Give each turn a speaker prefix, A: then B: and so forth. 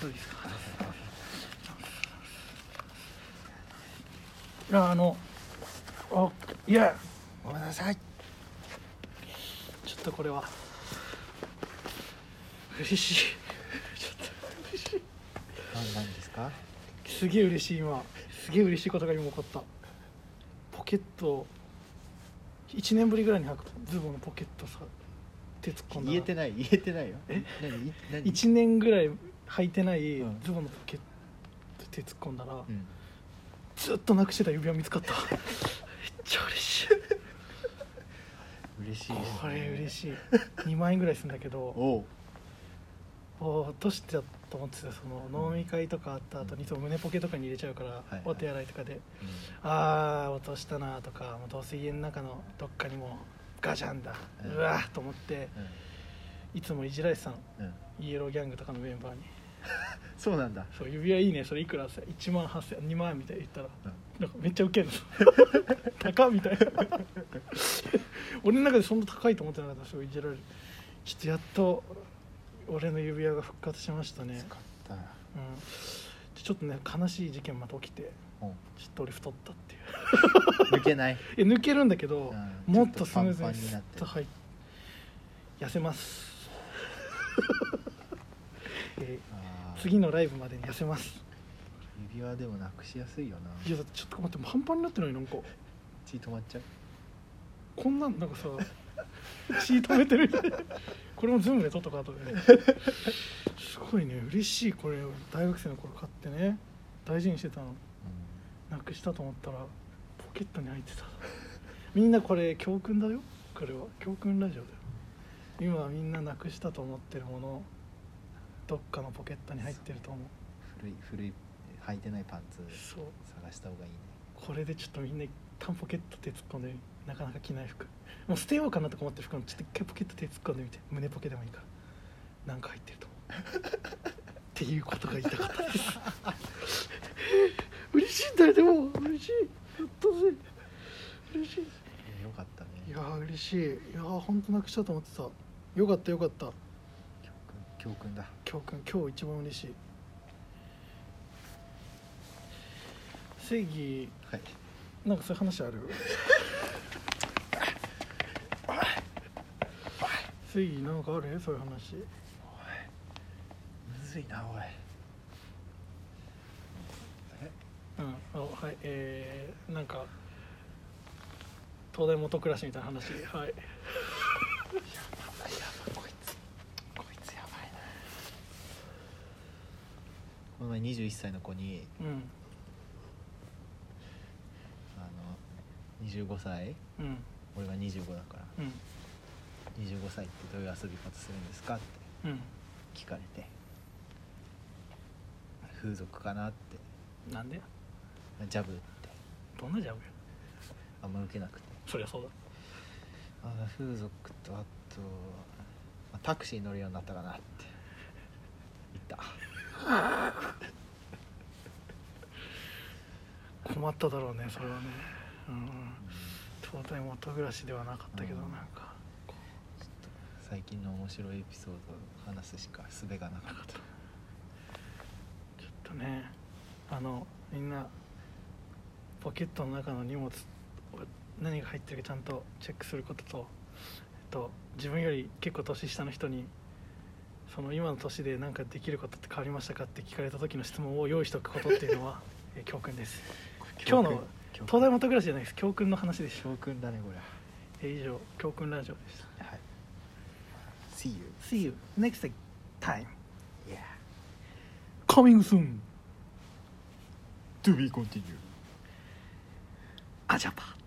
A: そうですかいやあのあいやごめんなさいちょっとこれは嬉しいちょっと嬉しい
B: 何なんですか
A: すげえ嬉しい今すげえ嬉しいことが今起こったポケット1年ぶりぐらいに履くズボンのポケットさ手突っ込んだ
B: 言えてない言えてないよえ何い何
A: 1年ぐらい履いてない
B: うん
A: ズボンのポケット手突っ込んだら、
B: うん
A: ずっとなくしてた指輪見つかっためっちゃ嬉しい
B: 嬉しい
A: こ
B: ですね
A: れ嬉しい2万円ぐらいするんだけど
B: おう
A: おーどうしてだと思ってたその飲み会とかあった後にそう胸ポケとかに入れちゃうから、
B: いはい
A: お手洗いとかで
B: うん
A: あー落としたなとかもうどうせ家の中のどっかにもガジャンだ
B: うん
A: うわーと思っていつもいじられてたの
B: うんうん
A: イエローギャングとかのメンバーに
B: そうなんだ
A: 「そう指輪いいねそれいくら?」って1万8000 2万円みたいに言ったら
B: うん
A: なんかめっちゃウケる の高っみたいな俺の中でそんな高いと思ってなかったすごいいじられるちょっとやっと俺の指輪が復活しましたね
B: よかった
A: うんちょっとね悲しい事件また起きて
B: うん
A: ちょっと俺太ったっていう
B: 抜けない
A: え抜けるんだけど、
B: うん
A: もっとスムーズに
B: ちょっとパンパンに
A: ス
B: な
A: ッ
B: って
A: と入っ痩せます、え
B: あ
A: ー
B: ー
A: 次のライブまでに痩せます
B: 指輪でもなくしやすいよない
A: やだってちょっと待って半端になってないなんか
B: 血止まっちゃう
A: こんなんなんかさ血止めてるみたいなこれもズームで撮っとか後でねすごいね嬉しいこれ大学生の頃買ってね大事にしてたのなくしたと思ったらポケットに入ってたみんなこれ教訓だよこれは教訓ラジオだよ今みんななくしたと思ってるものどっかのポケットに入ってると思う
B: 古い古い履いてないパンツ
A: そう
B: 探した方がいいね
A: これでちょっとみんな一旦ポケット手突っ込んでなかなか着ない服もう捨てようかなとか思ってる服もちょっと一回ポケット手突っ込んでみて胸ポケでもいいからなんか入ってると思う っていうことが言いたかったです嬉しいんだよでも嬉しいやったぜ嬉しい
B: よかったね
A: いやー嬉しいいやーほんとなくしたと思ってたよかったよかった
B: 教訓教訓だ
A: 教訓今日一番嬉しい正義
B: はい
A: なんかそういう話ある正義なんかあるそういう話
B: むずいなおいえ
A: うんあはいえー、なんか東大元暮らしみたいな話はい
B: あやばこいつこいつやばいなこの前21歳の子に
A: うん
B: あの25歳
A: うん
B: 俺が25だから
A: うん
B: 25歳ってどういう遊び方するんですかって
A: うん
B: 聞かれて風俗かなって
A: なんで
B: ジャブって
A: どんなジャブよ
B: あんま受けなくて
A: そりゃそうだ
B: あ風俗とあと、まあタクシーに乗るようになったかなって 言った
A: 困っただろうねそれはねうん東大元暮らしではなかったけど、
B: うん
A: なんか
B: 最近の面白いエピソードを話すしか術がなかった
A: ちょっとねあのみんなポケットの中の荷物を何が入ってるかちゃんとチェックすることと、えっと、自分より結構年下の人にその今の年で何かできることって変わりましたかって聞かれた時の質問を用意しておくことっていうのはえー教訓です今日の
B: 教訓
A: 東大元暮らしじゃないです教訓の話でしょ、
B: 教訓だねこれ
A: えー以上教訓ラジオでした
B: はい See you
A: See you next time
B: yeah
A: coming soon
B: to be continued
A: アジャパー